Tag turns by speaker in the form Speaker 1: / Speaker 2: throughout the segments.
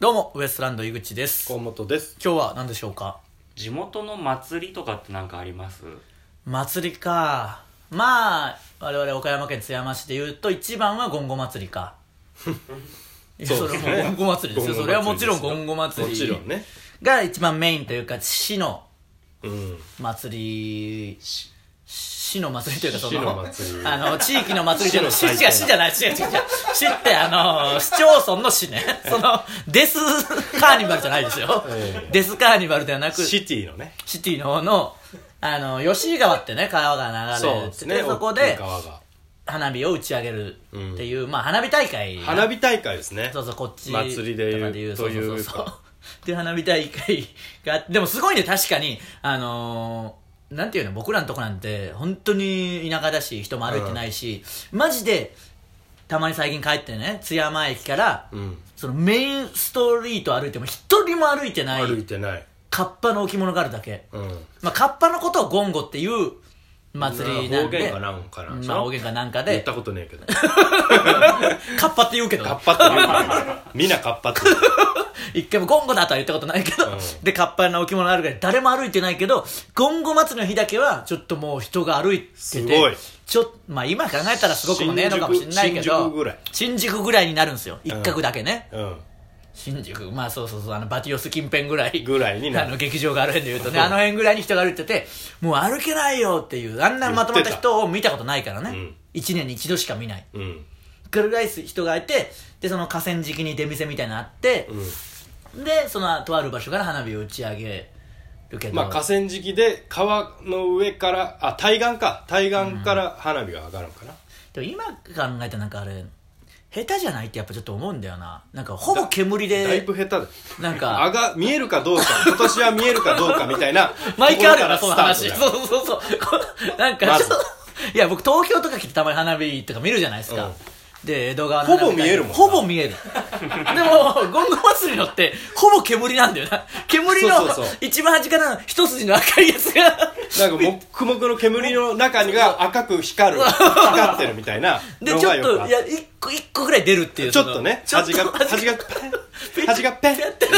Speaker 1: どうも、ウエストランド井口です。
Speaker 2: 河本です
Speaker 1: 今日は何でしょうか
Speaker 3: 地元の祭りとかって何かあります
Speaker 1: 祭りか。まあ、我々岡山県津山市で言うと、一番はゴンゴ祭り か。いやそれはもうゴンゴ祭りですよ。それはもちろんゴンゴ祭
Speaker 2: もちろん
Speaker 1: り
Speaker 2: ね
Speaker 1: が一番メインというか、市の
Speaker 2: うん
Speaker 1: 祭り、市の祭りというか、その、
Speaker 2: 市の祭り
Speaker 1: あの、地域の祭りというか、
Speaker 2: 市の
Speaker 1: 市
Speaker 2: 祭
Speaker 1: じゃ、
Speaker 2: 典
Speaker 1: 市じゃない、市じゃ、市じゃ、市ってあの、市町村の市ね。その、デスカーニバルじゃないですよ
Speaker 2: え。え
Speaker 1: デスカーニバルではなく、
Speaker 2: シティのね
Speaker 1: シティの方の、あの、吉井川ってね、川が流れてて、そこ
Speaker 2: 大きい
Speaker 1: で
Speaker 2: 川が
Speaker 1: 花火を打ち上げるっていう、まあ、花火大会。
Speaker 2: 花火大会ですね
Speaker 1: そうそう、こっち
Speaker 2: 祭りで言う
Speaker 1: とかうそうそうそう
Speaker 2: と
Speaker 1: そ
Speaker 2: いう
Speaker 1: う。で、花火大会があって、でもすごいね、確かに、あのーなんていうの、僕らのとこなんて、本当に田舎だし、人も歩いてないし、マジで、たまに最近帰ってね、津山駅から、
Speaker 2: うん
Speaker 1: そのメインストリート歩いても一人も歩いてない、
Speaker 2: 歩いてない
Speaker 1: カッパの置物があるだけ。
Speaker 2: うん
Speaker 1: まあ、カッパのことをゴンゴっていう祭りなん
Speaker 2: 方言
Speaker 1: で、
Speaker 2: かなんかなん
Speaker 1: まあ、方言かなんか
Speaker 2: 言っ
Speaker 1: で
Speaker 2: た、ことねえけど
Speaker 1: カッパって言うけどね、
Speaker 2: カッパって言うからみんなカッパって言う
Speaker 1: 一回もゴンゴだとは言ったことないけど、
Speaker 2: うん
Speaker 1: で、カッパの置物あるから誰も歩いてないけど、ゴンゴ祭りの日だけは、ちょっともう人が歩いてて、
Speaker 2: すごい
Speaker 1: ちょっと、まあ今考えたらすごくもねえのかもしれないけど、
Speaker 2: 新宿ぐらい
Speaker 1: 新宿ぐらいになるんですよ。一角だけね。
Speaker 2: うん
Speaker 1: 新宿、まあそうそうそう、あの、バティオス近辺ぐらい。
Speaker 2: ぐらいにな
Speaker 1: あ
Speaker 2: る
Speaker 1: の、劇場がある辺で言うとね、あの辺ぐらいに人が歩いてて、もう歩けないよっていう、あんなまとまった人を見たことないから
Speaker 2: う
Speaker 1: ね
Speaker 2: ん。
Speaker 1: 一、年に一度しか見ない。
Speaker 2: うん
Speaker 1: ぐらい人がいて、で、その河川敷に出店みたいなのあって、
Speaker 2: うん
Speaker 1: でそのとある場所から花火を打ち上げるけど、
Speaker 2: まあ河川敷で川の上からあ対岸か対岸から花火が上がるのかな
Speaker 1: でも今考えたらなんかあれ下手じゃないってやっぱちょっと思うんだよななんかほぼ煙で
Speaker 2: だいぶ下手だ
Speaker 1: なん
Speaker 2: あ
Speaker 1: か
Speaker 2: が見えるかどうか今年は見えるかどうかみたいな
Speaker 1: 毎回あるよな
Speaker 2: と
Speaker 1: その
Speaker 2: ころからス
Speaker 1: 話
Speaker 2: タートだ
Speaker 1: そうそうそうそうこなんかちょっと、
Speaker 2: ま
Speaker 1: いや僕東京とか来てたまに花火とか見るじゃないですか、
Speaker 2: うん
Speaker 1: で江戸川の花火
Speaker 2: ほぼ見えるもんな
Speaker 1: ほぼ見える でもゴンゴ祭りのってほぼ煙なんだよな煙の
Speaker 2: そうそうそう
Speaker 1: 一番端からの一筋の赤いやつが
Speaker 2: なんか黙々の煙の中にが赤く 光る光ってるみたいな
Speaker 1: で
Speaker 2: の
Speaker 1: ちょ
Speaker 2: が
Speaker 1: っ
Speaker 2: よく
Speaker 1: と
Speaker 2: あっ
Speaker 1: い
Speaker 2: て
Speaker 1: や一個一個ぐらい出るっていう
Speaker 2: ちょ
Speaker 1: そ
Speaker 2: っ
Speaker 1: の
Speaker 2: とね
Speaker 1: ちょっと
Speaker 2: 端が端が 端がペンって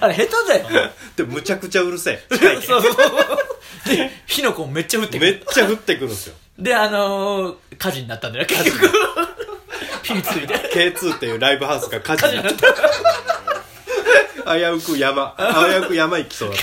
Speaker 1: あれ下手だよ。
Speaker 2: でむちゃくちゃうるせえ近 い
Speaker 1: そうそう。で、火の粉めっちゃ降ってく
Speaker 2: め
Speaker 1: る。
Speaker 2: っちゃ降ってくるんですよ
Speaker 1: で、あのー、火事になったんだよ、結局。火について。
Speaker 2: K2 っていうライブハウスが火事になった危うく山危うく山行きそうだっ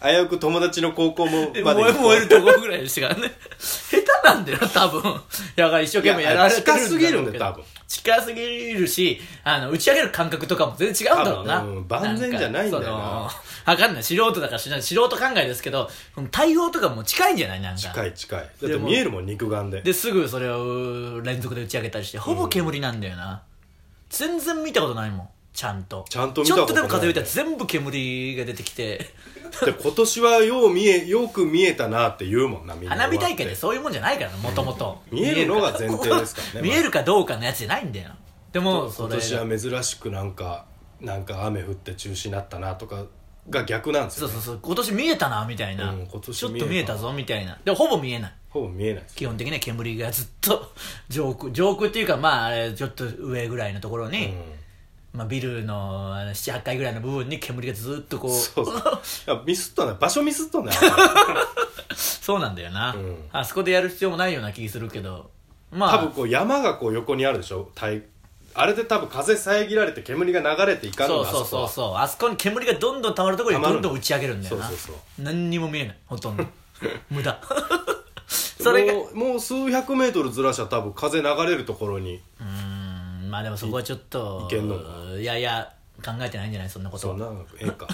Speaker 2: た危うく友達の高校も
Speaker 1: で
Speaker 2: まで
Speaker 1: 燃え
Speaker 2: 行きそう
Speaker 1: 燃えるとこぐらいでしたからね。下手なんだよ、多分。いや、一生懸命やられてるんだろうけど
Speaker 2: いや近すぎるんだよ多分。
Speaker 1: 近すぎるし、あの、打ち上げる感覚とかも全然違うんだろうな。
Speaker 2: 多分うん万全じゃないんだよな
Speaker 1: かそのわかんない。素人だから知らない。素人考えですけど、対応とかも近いんじゃないなんか。
Speaker 2: 近い近いだって
Speaker 1: でも
Speaker 2: 見えるもん肉眼で
Speaker 1: ですぐそれを連続で打ち上げたりしてほぼ煙なんだよな、全然見たことないもんちゃんと
Speaker 2: ちゃんと見たこと
Speaker 1: ち
Speaker 2: ない
Speaker 1: ょっとでも数えたら全部煙が出てきて
Speaker 2: で今年はよう見えよく見えたなって言うもんなみんな
Speaker 1: 花火大会
Speaker 2: 終わ
Speaker 1: で
Speaker 2: って
Speaker 1: そういうもんじゃないからなもともと
Speaker 2: 見えるのが前提ですからね
Speaker 1: 見えるかどうかのやつじゃないんだよでもそ
Speaker 2: 今
Speaker 1: れ
Speaker 2: 年は珍しくなんかなんか雨降って中止になったなとかが逆なんです
Speaker 1: そ
Speaker 2: よ、
Speaker 1: う
Speaker 2: ね、
Speaker 1: そうそう今年見えたなみたいな、
Speaker 2: うん今年見えた
Speaker 1: ちょっと見えたぞみたいなでもほぼ見えない
Speaker 2: ほぼ見えないです
Speaker 1: 基本的には煙がずっと 上空上空っていうかまああれちょっと上ぐらいのところに、まあ、ビルのあの78階ぐらいの部分に煙がずっとこう
Speaker 2: そうそういやミスったな場所ミスっ たな
Speaker 1: そうなんだよな、
Speaker 2: うん
Speaker 1: あそこでやる必要もないような気するけどま
Speaker 2: 多
Speaker 1: あ
Speaker 2: 分こう山がこう横にあるでしょたいあれで多分風遮られて煙が流れていかん
Speaker 1: そ
Speaker 2: の
Speaker 1: う
Speaker 2: が
Speaker 1: そう
Speaker 2: あこ
Speaker 1: そう
Speaker 2: は
Speaker 1: そうあそこに煙がどんどん溜まるところに
Speaker 2: 溜ま
Speaker 1: ど
Speaker 2: る
Speaker 1: んどん打ち上げるんだよな
Speaker 2: そうそうそ
Speaker 1: 何にも見えないほと んど無駄それが
Speaker 2: もうもう数百メートルずらしたら多分風流れるところに
Speaker 1: うんまあでもそこはちょっと
Speaker 2: いいけんの
Speaker 1: いやいや考えてないんじゃないそんなこと
Speaker 2: そ
Speaker 1: は
Speaker 2: んなのええか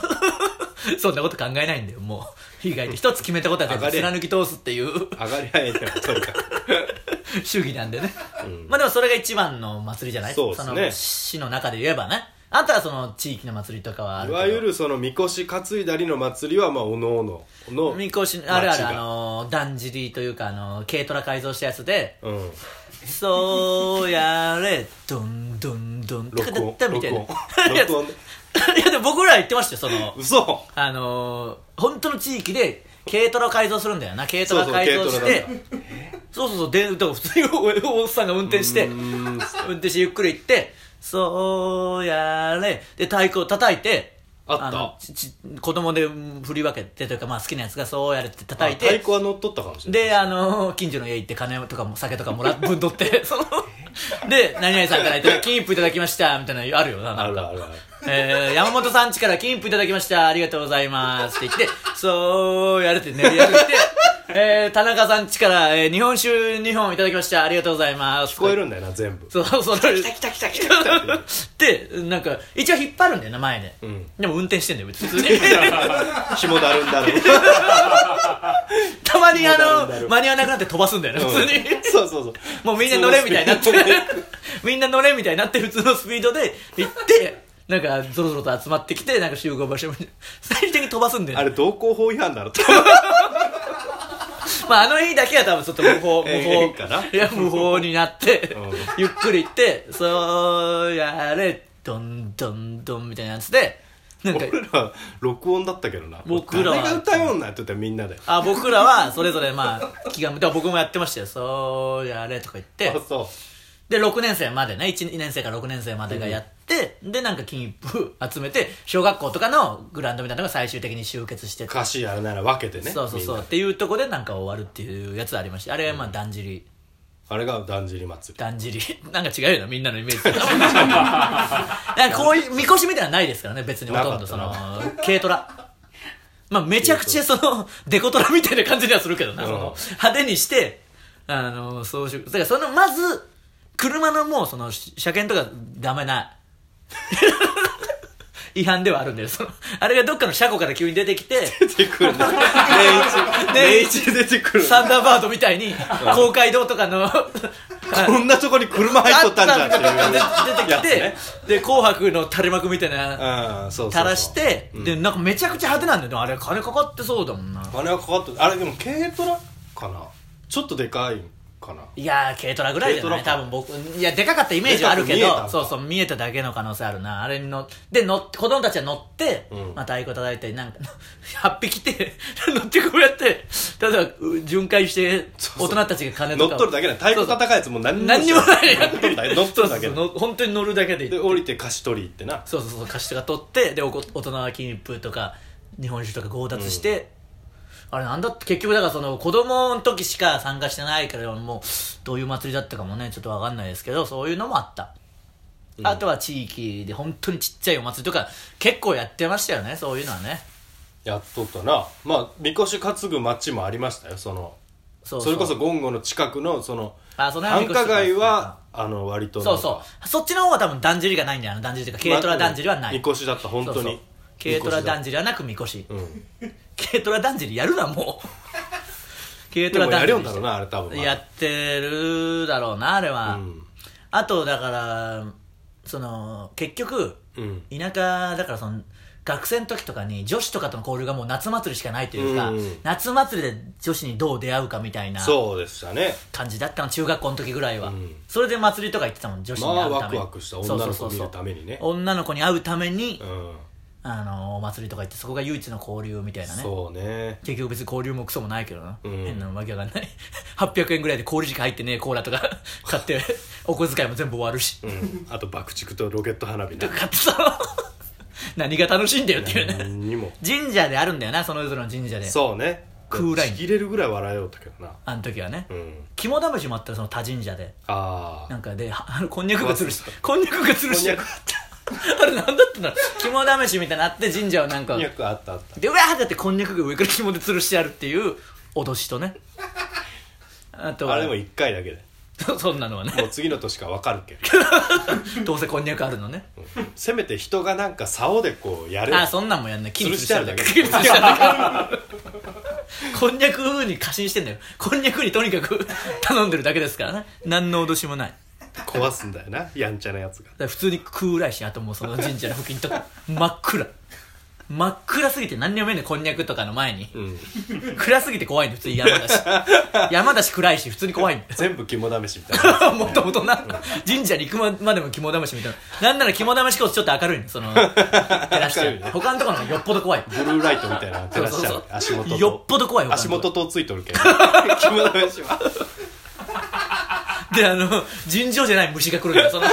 Speaker 1: そんなこと考えないんだよもう意外と一つ決めたことは全部
Speaker 2: 上が
Speaker 1: 貫
Speaker 2: れ
Speaker 1: き通すっていう
Speaker 2: 上がりゃええねんとにかく
Speaker 1: 主義なんでね、まあでもそれが一番の祭りじゃない
Speaker 2: そうっすね
Speaker 1: の市の中で言えばねあとはその地域の祭りとかはある
Speaker 2: い
Speaker 1: けど
Speaker 2: わゆるそのみこし担いだりの祭りはまあおのおのの
Speaker 1: みこしあるある
Speaker 2: 町が
Speaker 1: あのだんじりというかあの軽トラ改造したやつで
Speaker 2: うん
Speaker 1: 「そうやれどんどんどん」って
Speaker 2: 録音
Speaker 1: ったみたいな
Speaker 2: 録
Speaker 1: い
Speaker 2: 音
Speaker 1: や
Speaker 2: 録音ね
Speaker 1: いやでも僕ら言ってましたよその
Speaker 2: 嘘
Speaker 1: あの本当の地域で軽トラ改造するんだよな軽トラ
Speaker 2: そうそう
Speaker 1: 改造して
Speaker 2: 軽
Speaker 1: そうそうそうでだから普通におおおっさんが運転して運転してゆっくり行ってそうやれで太鼓を叩いて
Speaker 2: あった
Speaker 1: のちち子供でうん振り分けてというか、まあ、好きなやつがそうやれって叩い
Speaker 2: あ太
Speaker 1: て
Speaker 2: 鼓は乗っとったかもしれない
Speaker 1: であの近所の家行って金とかも酒とかもらっ分取って そので何々さんから言って「キープいただきました」みたいなのあるよな
Speaker 2: あ
Speaker 1: なん
Speaker 2: る
Speaker 1: か
Speaker 2: あるある
Speaker 1: えー、山本さん家から金粉いただきました。ありがとうございます。って言って、そうやれって練り歩いて、えー、田中さん家から、えー、日本酒2本いただきました。ありがとうございます。
Speaker 2: 聞こえるんだよな全部
Speaker 1: そう、そう、来た来た来た来た で、なんか、一応引っ張るんだよな、前で。
Speaker 2: うん
Speaker 1: でも運転してんだよ、別に普通に。
Speaker 2: 紐だるんだろ
Speaker 1: たまにあ
Speaker 2: なるな
Speaker 1: の、
Speaker 2: る
Speaker 1: 間に合わなくなって飛ばすんだよね、普通に。
Speaker 2: うんそうそうそう
Speaker 1: もうみんな乗れみたいになって、 みんな乗れみたいになって普通のスピードで行って、なんか、ゾロゾロと集まってきて、なんか集合場所みたいな。最終的に飛ばすんだよね
Speaker 2: あれ道交法違反だろ
Speaker 1: まあ、あの日だけは多分ちょっと無法、無
Speaker 2: ええ
Speaker 1: 法
Speaker 2: かない
Speaker 1: や、無法になって
Speaker 2: うん、
Speaker 1: ゆっくり行って、そうやれ、どんどんどんみたいなやつで、なんか、
Speaker 2: 俺ら録音だったけどな
Speaker 1: 僕らは
Speaker 2: 誰が歌うんなって言ったらみんなで
Speaker 1: あ、僕らはそれぞれまあ、気が向いて、僕もやってましたよ。そうやれとか言って
Speaker 2: あ、そう
Speaker 1: で、6年生までね、1年生から6年生までがやって、で、なんか金一封 集めて、小学校とかのグラウンドみたいなのが最終的に集結して
Speaker 2: 歌詞やるなら分けてね
Speaker 1: そうそうそう、
Speaker 2: み
Speaker 1: っ
Speaker 2: んな
Speaker 1: ていうとこでなんか終わるっていうやつありました。あれはまあ、だんじり。
Speaker 2: あれがだんじり祭 り
Speaker 1: だんじり。 なんか違うよな、みんなのイメージと。 なんかこういう、みこしみたいなのないですからね、別にほとんど、そ
Speaker 2: な
Speaker 1: の
Speaker 2: かった、
Speaker 1: 軽トラ。まあ、めちゃくちゃその、デコトラみたいな感じにはするけどな、
Speaker 2: うん
Speaker 1: その、派手にして、あの、装飾。だから、その、まず、車のもう、その、し車検とかダメない。 違反ではあるんだよ、その、あれがどっかの車庫から急に出てき て、
Speaker 2: 出てくるね年一年一出てくる
Speaker 1: サンダーバードみたいに、公会堂とか の、
Speaker 2: こんなとこに車入っとったんじゃんっていう
Speaker 1: 出
Speaker 2: やつ
Speaker 1: てきて、
Speaker 2: ね
Speaker 1: で紅白の垂れ幕みたいな
Speaker 2: うんそうそうそう
Speaker 1: 垂らして
Speaker 2: うん
Speaker 1: でなんかめちゃくちゃ派手なんだよでもあれ金かかってそうだもんな
Speaker 2: 金はかかってあれでも軽トラかなちょっとでかいかない
Speaker 1: やー軽トラぐらいじゃない
Speaker 2: 軽ト
Speaker 1: 多
Speaker 2: ラか
Speaker 1: 分僕いやでかかったイメージはあるけ
Speaker 2: でか
Speaker 1: ど
Speaker 2: く見えたの
Speaker 1: そうそう見えただけの可能性あるなあれに乗ってで乗って子供たちは乗って、
Speaker 2: うん
Speaker 1: まあ、太鼓叩いてなんか 8匹て 乗ってこうやってただう巡回して
Speaker 2: そ
Speaker 1: 大
Speaker 2: うそう
Speaker 1: 人たちが金とか
Speaker 2: 乗っ取るだけだよ太鼓叩くやつも何にも
Speaker 1: 何にもない
Speaker 2: 乗っ取るだけ乗っ取るだけ
Speaker 1: そうそうそうの本当に乗るだけで
Speaker 2: で降りて貸し取り行ってな
Speaker 1: そうそうそう貸しとか取ってでおこ大人は金一封とか日本酒とか強奪して、あれなんだって結局だからその子供の時しか参加してないからもうどういう祭りだったかもねちょっとわかんないですけどそういうのもあった、あとは地域で本当にちっちゃいお祭りとか結構やってましたよねそういうのはね
Speaker 2: やっとったなまあみこし担ぐ町もありましたよその
Speaker 1: そ
Speaker 2: それこそゴンゴの近くのその
Speaker 1: あその辺み
Speaker 2: 繁
Speaker 1: こしと
Speaker 2: 華
Speaker 1: か
Speaker 2: 街はあの割と
Speaker 1: そうそうそっちの方は多分だんじりがないんだよなだんじりというか軽トラだんじりはない
Speaker 2: みこしだった本当
Speaker 1: そうそう
Speaker 2: に
Speaker 1: 軽トラだん
Speaker 2: じ
Speaker 1: じりはなくみこし
Speaker 2: り
Speaker 1: 軽トラだんじりやるなもう軽
Speaker 2: で
Speaker 1: トラ
Speaker 2: も
Speaker 1: だ
Speaker 2: や
Speaker 1: んじ
Speaker 2: る
Speaker 1: り
Speaker 2: んだろうなあれ多分
Speaker 1: やってるだろうなあれは、
Speaker 2: うん
Speaker 1: あとだからその結局
Speaker 2: うん
Speaker 1: 田舎だからその学生の時とかに女子とかとの交流がもう夏祭りしかないというか、
Speaker 2: うんうん
Speaker 1: 夏祭りで女子にどう出会うかみたいな
Speaker 2: そうでしたね
Speaker 1: 感じだったの中学校の時ぐらいは、
Speaker 2: うん
Speaker 1: それで祭りとか行ってたもん女子に
Speaker 2: ま
Speaker 1: 会
Speaker 2: あ
Speaker 1: うた
Speaker 2: ワ
Speaker 1: めに、
Speaker 2: クワクした女の子
Speaker 1: そう
Speaker 2: を
Speaker 1: そう
Speaker 2: 見
Speaker 1: そう
Speaker 2: るためにね
Speaker 1: 女の子に会うために、
Speaker 2: うん
Speaker 1: あのお祭りとか行ってそこが唯一の交流みたいなね
Speaker 2: そうね
Speaker 1: 結局別に交流もクソもないけどな、
Speaker 2: うん
Speaker 1: 変なのわけわかんない 800円ぐらいで氷しか入ってねえコーラとか 買ってお小遣いも全部終わるし
Speaker 2: うんあと爆竹とロケット花火な
Speaker 1: 買ってさ 何が楽しいんだよっていうね
Speaker 2: 何にも
Speaker 1: 神社であるんだよなそのぞの神社で
Speaker 2: そうね
Speaker 1: クーライン
Speaker 2: ちぎれるぐらい笑いよったけどな
Speaker 1: あの時はね
Speaker 2: うん
Speaker 1: 肝試しもあったらその他神社で
Speaker 2: ああ
Speaker 1: なんかで はあのこんにゃくがつるしこんにゃくがつるし
Speaker 2: こんにゃく
Speaker 1: あれなんだったんだろう肝試しみたいなのあって神社をなんか
Speaker 2: 200あったあった
Speaker 1: でうわーってやってこんにゃくが上から紐で吊るしてあるっていう脅しとねあとは
Speaker 2: あれでも1回だけ で
Speaker 1: そんなのはね
Speaker 2: もう次の年か分かるけど
Speaker 1: どうせこんにゃくあるのね
Speaker 2: せめて人がなんか竿でこうやる
Speaker 1: あそんなんもやんない木
Speaker 2: 吊
Speaker 1: に
Speaker 2: る
Speaker 1: 吊るし
Speaker 2: してて
Speaker 1: あるだ
Speaker 2: ある
Speaker 1: け吊る
Speaker 2: だけ
Speaker 1: してあるだけ こんにゃくに過信してんだよこんにゃくにとにかく 頼んでるだけですからね何の脅しもないだか
Speaker 2: 壊すんだよなやんちゃなやつが
Speaker 1: ら普通に暗いしあともうその神社の付近と か真っ暗真っ暗すぎて何にも見えないこんにゃくとかの前に
Speaker 2: うん
Speaker 1: 暗すぎて怖いんだよ普通に山だし山だし暗いし普通に怖いんだよ
Speaker 2: 全部肝試しみた いな
Speaker 1: もともとな、神社に行くまでも肝試しみたいな。なんなら肝試しこそちょっと明るいの、そ の、照らし
Speaker 2: 明
Speaker 1: て
Speaker 2: るいね
Speaker 1: 他のところの方がよっぽど怖い。
Speaker 2: ブルーライトみたいなの照らしちゃう足元と
Speaker 1: よっぽど怖い他の
Speaker 2: 足
Speaker 1: とこ
Speaker 2: 元とついとるけど肝試しは
Speaker 1: で、あの、尋常じゃない虫が来るから、その、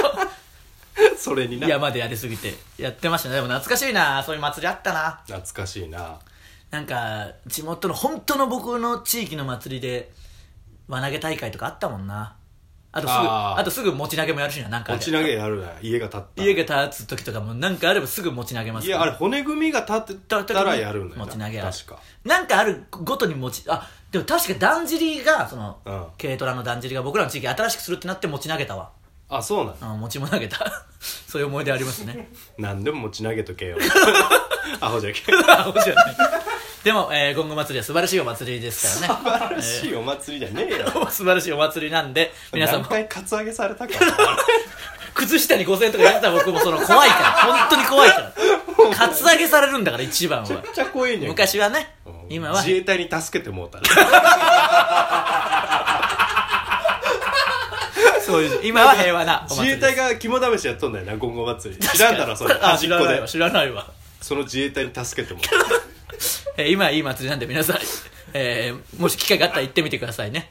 Speaker 2: それにな
Speaker 1: 山でやりすぎてやってましたねでも懐かしいなそういう祭りあったな
Speaker 2: 懐かしいな
Speaker 1: なんか地元の本当の僕の地域の祭りで輪投げ大会とかあったもんなあとすぐ
Speaker 2: あ
Speaker 1: あ
Speaker 2: ー
Speaker 1: とすぐ持ち投げもやるしななんかあ
Speaker 2: 持
Speaker 1: れ
Speaker 2: ち投げやるな家が建った
Speaker 1: 家が立つ時とかもなんかあればすぐ持ち投げます
Speaker 2: い
Speaker 1: から
Speaker 2: やあれ骨組みが立ってたらやるんだよな
Speaker 1: 持ち投げやる
Speaker 2: 確か
Speaker 1: なんかあるごとに持ちあでも確かだんじりがその、
Speaker 2: うん
Speaker 1: 軽トラのだんじりが僕らの地域新しくするってなって持ち投げたわ、
Speaker 2: あそうなんだ
Speaker 1: うん、持ちも投げた そういう思い出ありますね
Speaker 2: 何でも持ち投げとけ よアホじゃけ
Speaker 1: あ面白いねでも、えー、ゴング祭りは素晴らしいお祭りですからね
Speaker 2: 素晴らしいお祭りじゃねえよ
Speaker 1: 素晴らしいお祭りなんで皆さん
Speaker 2: 何
Speaker 1: も
Speaker 2: 回カツアゲされた か
Speaker 1: 靴下に5000円とかやってたら僕もその怖いから本当に怖いからカツアゲされるんだから一番
Speaker 2: めっ
Speaker 1: は
Speaker 2: ちゃ怖いねん
Speaker 1: 昔はね
Speaker 2: うん
Speaker 1: 今は
Speaker 2: 自衛隊に助けてもうた ら
Speaker 1: そういう今は平和なお
Speaker 2: 自
Speaker 1: 祭
Speaker 2: 衛
Speaker 1: りです
Speaker 2: 隊が肝試しやっとんだよな今後祭り知らんだろそれ
Speaker 1: あ
Speaker 2: 端
Speaker 1: 知
Speaker 2: っこ
Speaker 1: らない
Speaker 2: で
Speaker 1: わ知らないわ
Speaker 2: その自衛隊に助けてもら
Speaker 1: えー今はいい祭りなんで皆さん、えーもし機会があったら行ってみてくださいね。